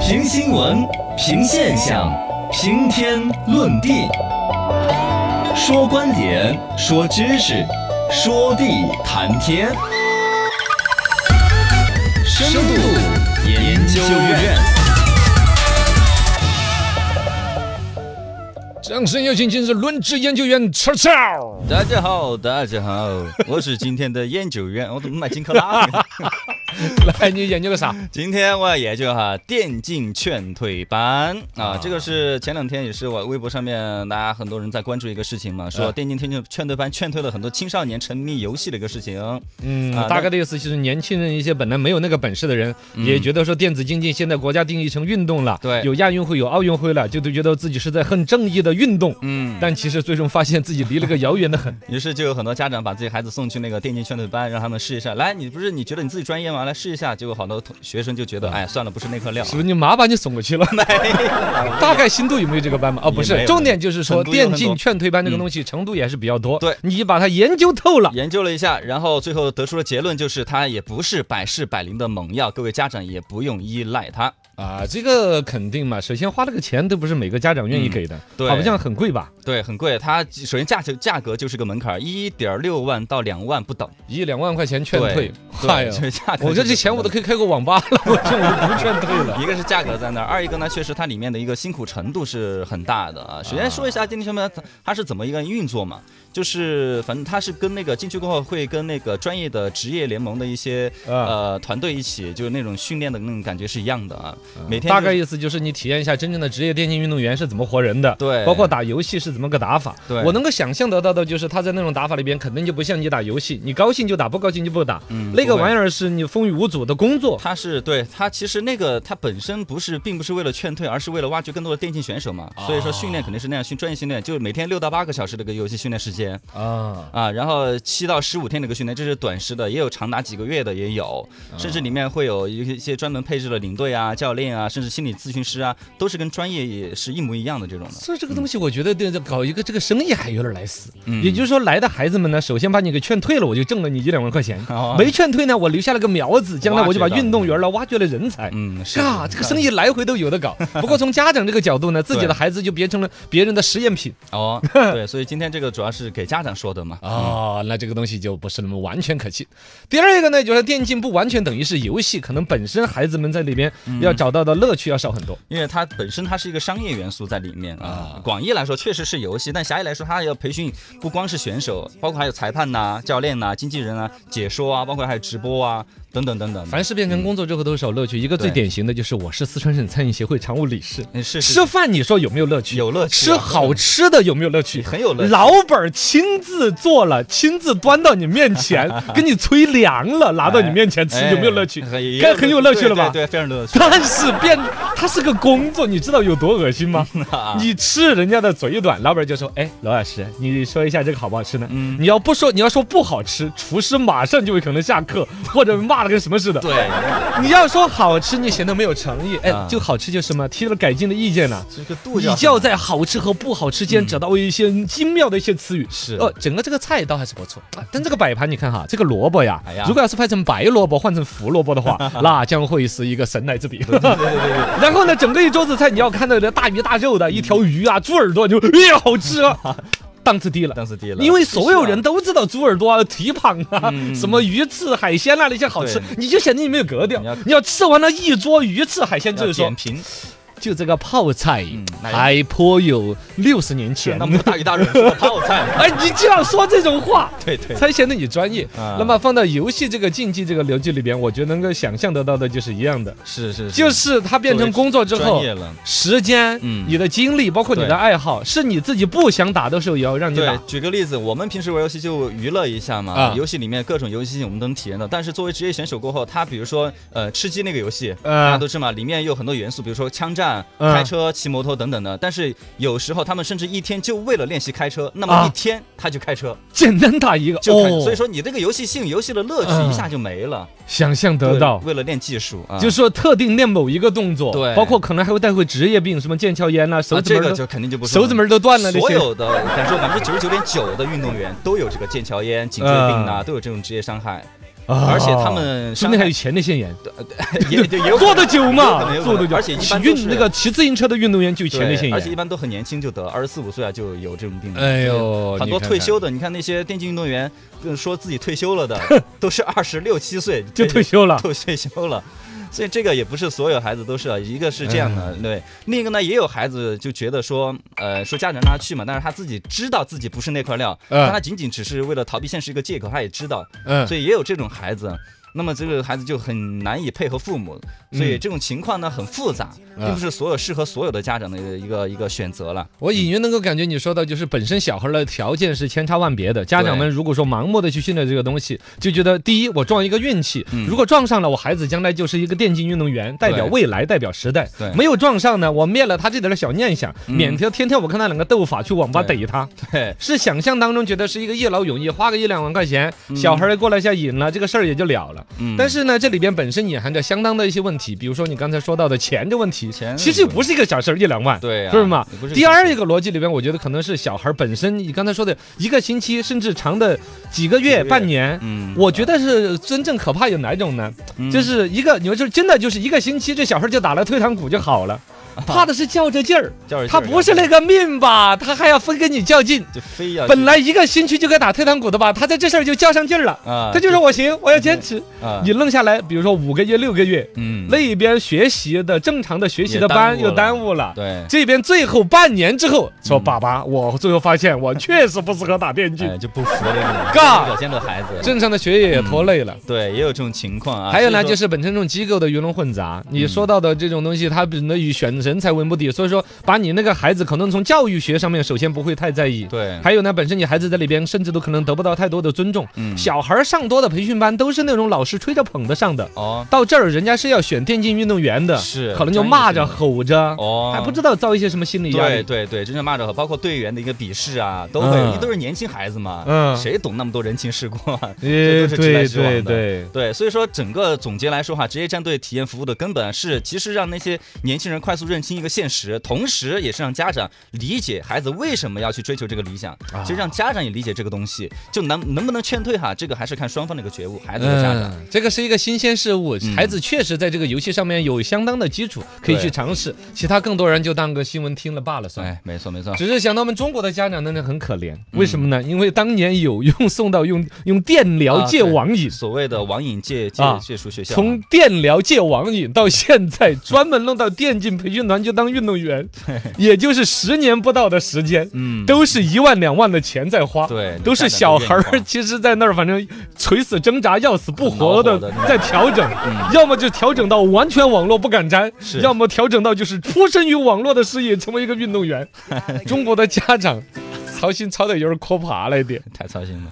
评新闻，评现象，评天论地，说观点，说知识，说地谈天。深度研究院，掌声有请今日轮值研究员超超。大家好，大家好，我是今天的研究员，我怎么买金克拉 了？ 来，你研究 了啥？今天我要研究哈电竞劝退班啊，这个是前两天也是我微博上面大家很多人在关注一个事情嘛，说电竞劝退劝退班劝退了很多青少年沉迷游戏的一个事情。嗯啊，大概的意思就是年轻人一些本来没有那个本事的人，也觉得说电子竞技现在国家定义成运动了，嗯对有亚运会有奥运会了，就都觉得自己是在很正义的运动。嗯，但其实最终发现自己离了个遥远的 很，于是就有很多家长把自己孩子送去那个电竞劝退班，让他们试一下。来，你不是你觉得你自己专业吗？来试一下。结果好多同学生就觉得，哎，算了，不是那块料是。不是你妈把你送过去 了？大概新度有没有这个班嘛？哦，不也没是，有重点就是说成都有电很多嗯竞劝退班这个东西，程度也是比较多。对你把它研究透了，研究了一下，然后最后得出的结论就是，它也不是百试百灵的猛药，各位家长也不用依赖它。啊，这个肯定嘛，首先花那个钱都不是每个家长愿意嗯给的，对好像很贵吧，对，很贵。它首先价钱价格就是个门槛，一点六万到两万不等。一两万块钱劝对退， 哎对，呀这，个价格我就这是这钱我都可以开个网吧了，我这我不劝退了。一个是价格在那儿，二一个呢，确实它里面的一个辛苦程度是很大的啊。首先说一下电竞圈们它是怎么一个运作嘛，就是反正它是跟那个进去过后会跟那个专业的职业联盟的一些啊，呃团队一起，就是那种训练的那种感觉是一样的啊。 每天大就是概意思就是你体验一下真正的职业电竞运动员是怎么活人的。对，包括打游戏是怎么个打法，对我能够想象得到的就是他在那种打法里边，肯定就不像你打游戏，你高兴就打，不高兴就不打。嗯那个玩意儿。儿是你风雨无阻的工作，它是对它其实那个它本身不是，并不是为了劝退，而是为了挖掘更多的电竞选手嘛。所以说训练肯定是那样，训专业训练就是每天六到八个小时的一个游戏训练时间。啊，啊，然后七到十五天的一个训练，这是短时的，也有长达几个月的，也有，甚至里面会有一些一些专门配置的领队啊、教练啊，甚至心理咨询师啊，都是跟专业也是一模一样的这种的。所以这个东西我觉得对搞一个这个生意还有点来死。嗯也就是说，来的孩子们呢，首先把你给劝退了，我就挣了你一两万块钱哦；没劝退呢，我留下了个苗子，将来我就把挖掘到运动员了挖掘了人才。嗯，是啊，这个生意来回都有的搞。不过从家长这个角度呢，自己的孩子就变成了别人的实验品哦，对，所以今天这个主要是给家长说的嘛。啊、那这个东西就不是那么完全可信。第二个呢，就是电竞不完全等于是游戏，可能本身孩子们在里边要找到的乐趣要少很多。因为它本身它是一个商业元素在里面啊。广义来说确实是游戏，但狭义来说，它要培训不光是选手，包括还有裁判呐、教练呐、经纪人啊、解说啊，包括还有直播啊等等等等。凡是变成工作之后都是有乐趣。一个最对典型的就是我是四川省餐饮协会常务理事，嗯是是吃饭你说有没有乐趣？有乐趣吃啊好吃的有没有乐趣？很有乐趣老板儿亲自做了，亲自端到你面 前，给你吹凉了，拿到你面前吃，哎有没有乐趣？哎也该很有乐趣了吧？对，对对非常有乐趣。但是变，它是个工作，你知道有多恶心 吗？啊你吃人家的嘴短，老板就说：“哎，罗老师，你说一下这个好不好吃呢？”嗯你要不说，你要说不好吃，厨师马上就会可能下课，或者骂的跟什么似的。对， 你要说好吃，你显得没有诚意。哎啊，就好吃就是嘛，提了改进的意见呢、这个度你就要在好吃和不好吃间找到一些精妙的一些词语。是哦，整个这个菜倒还是不错。啊但这个摆盘，你看哈，这个萝卜呀哎呀，如果要是拍成白萝卜换成胡萝卜的 话，那将会是一个神来之笔。 然后呢，整个一桌子菜，你要看到的大鱼大肉的，一条鱼啊，猪耳朵，你就哎呀好吃啊，档次低了。档次低了，啊因为所有人都知道猪耳朵啊、蹄膀啊、嗯什么鱼翅、海鲜啊那些好吃对，你就显得你没有格调你要。你要吃完了一桌鱼翅、海鲜，就要是说嗯点，评，就这个泡菜那还颇有六十年前那。么大鱼大肉是个泡菜嘛， 哎，你就要说这种话，对对，才显得你专业。啊那么放到游戏这个竞技这个流剧里边，我觉得能够想象得到的就是一样的，是是，就是它变成工作之专后业。了。时间，嗯你的精力，包括你对的爱好，是你自己不想打的时候也要让你对打。，举个例子，我们平时玩游戏就娱乐一下嘛，啊游戏里面各种游戏我们都能体验到。但是作为职业选手过后，他比如说呃吃鸡那个游戏，大家呃都，知道嘛，里面有很多元素，比如说枪战、嗯开车、骑摩托等等的。但是有时候他们甚至一天就为了练习开车，那么啊一天他就开车，简单打一个，就开。哦所以说你这个游戏性、游戏的乐趣嗯一下就没了。想象得对到。为了练技术啊，就是说特定练某一个动作，对包括可能还会带会职业病，什么腱鞘炎啦、手啊指这门个儿就都肯定就不说了手指门儿都断了那所些。有的嗯啊感受百分之九十九点九的运动员都有这个腱鞘炎、颈椎病呐、都有这种职业伤害。啊而且他们说伤明还害有钱的现眼， 也也也有坐得久可嘛能有，可坐能得久。而且一般都运是那个骑自行车的运动员就有对钱的现而且一眼，般都很年轻就得，二十四五岁啊就有这种病。哎呦对很你多看退看休的，你看那些电竞运动员，呃说自己退休了的，都是二十六七岁 就退休了。都 退休了。所以这个也不是所有孩子都是啊，一个是这样嗯的，对；另一个呢，也有孩子就觉得说，呃，说家长让他去嘛，但是他自己知道自己不是那块料，嗯但他仅仅只是为了逃避现实一个借口，他也知道， 嗯，所以也有这种孩子。那么这个孩子就很难以配合父母，嗯所以这种情况呢很复杂，并不是所有适合所有的家长的一个一个选择了。我隐约能够感觉你说到，就是本身小孩的条件是千差万别的，家长们如果说盲目的去训练这个东西，就觉得第一我撞一个运气，嗯如果撞上了，我孩子将来就是一个电竞运动员，代表未来，代表时代对；没有撞上呢，我灭了他这点小念想，嗯免得天天我看他两个斗法去网吧对逮他。对，是想象当中觉得是一个一劳永逸，花个一两万块钱，小孩儿过来一下瘾了，这个事儿也就了了。嗯但是呢，这里边本身隐含着相当的一些问题，比如说你刚才说到的钱这问题，钱其实也不是一个小事儿，一两万，对啊是吗也不是？第二一个逻辑里边，我觉得可能是小孩本身，你刚才说的一个星期甚至长的几个几个月、月半年。嗯，我觉得是真正可怕有哪种呢？嗯就是一个，你们就真的就是一个星期，这小孩就打了退堂鼓就好了，啊怕的是较这劲儿，叫着他劲儿不是那个命吧，他还要非跟你较劲。就非要本来一个星期就该打退堂鼓的吧，他在这事儿就较上劲儿了。啊，他就说我行，我要坚持。啊，你愣下来，比如说五个月、六个月，嗯那边学习的正常的学习的班也又耽耽误误了。对，这边最后半年之后说：“嗯爸爸，我最后发现我确实不适合打电竞，哎，就不服这种尬表现的孩子，正常的学业也拖累了。对，也有这种情况嗯啊。还有呢，所以就说嗯是本身这种机构的鱼龙混杂，你说到的这种东西，它只能以选人才为目的，所以说把你那个孩子可能从教育学上面首先不会太在意。对，还有呢，本身你孩子在里边，甚至都可能得不到太多的尊重。嗯小孩儿上多的培训班都是那种老师吹着捧着上的，哦到这儿人家是要选电竞运动员的，是可能就骂着专业性吼着，哦，还不知道遭一些什么心理压对力。对对，真正骂着和包括队员的一个鄙视啊，都会，嗯你都是年轻孩子嘛，嗯谁懂那么多人情世故啊？这呃都是直来对直往对的对，对，所以说整个总结来说哈，职业战队体验服务的根本是，其实让那些年轻人快速认清一个现实，同时也是让家长理解孩子为什么要去追求这个理想，其实让家长也理解这个东西，就能能不能劝退哈，这个还是看双方的一个觉悟，孩子和家长。嗯，这个是一个新鲜事物嗯，孩子确实在这个游戏上面有相当的基础，可以对去尝试。其他更多人就当个新闻听了罢了算了。哎，嗯没错没错，只是想到我们中国的家长真的很可怜，为什么呢？因为当年有用送到用用电疗啊戒对网瘾，所谓的网瘾戒戒啊戒熟学校啊，从电疗戒网瘾到现在，专门弄到电竞培训团去当运动员，也就是十年不到的时间，嗯都是一万两万的钱在花。对都是小孩家长都儿愿意，花其实，在那儿反正垂死挣扎、要死不活很恼火的的那嗯在调整，要么就调整到完全网络不敢沾是，要么调整到就是出身于网络的事业，成为一个运动员。中国的家长操心操的有点可怕了一点。太操心了。